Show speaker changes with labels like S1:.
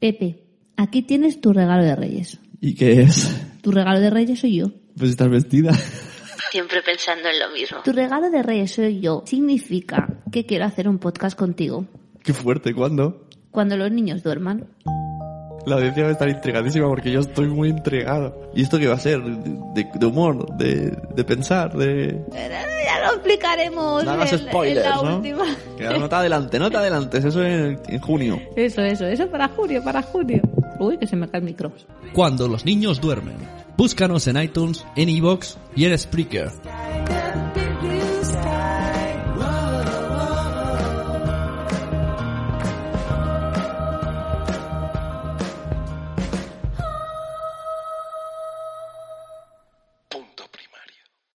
S1: Pepe, aquí tienes tu regalo de Reyes.
S2: ¿Y qué es?
S1: Tu regalo de Reyes soy yo.
S2: Pues estás vestida.
S3: Siempre pensando en lo mismo.
S1: Tu regalo de Reyes soy yo significa que quiero hacer un podcast contigo
S2: Qué fuerte, ¿cuándo?
S1: cuando los niños duerman.
S2: La audiencia va a estar intrigadísima porque yo estoy muy intrigado. ¿Y esto qué va a ser? ¿De, de humor? ¿De, de pensar? ¿De...?
S1: Ya lo explicaremos
S2: No hagas
S1: en- en
S2: spoilers,
S1: la
S2: ¿no?
S1: última.
S2: Queda nota adelante, nota adelante. Eso en, en junio.
S1: Eso, eso, eso para junio, para junio. Uy, que se me cae el micro.
S4: Cuando los niños duermen. Búscanos en iTunes, en iBox y en Spreaker.
S5: I could be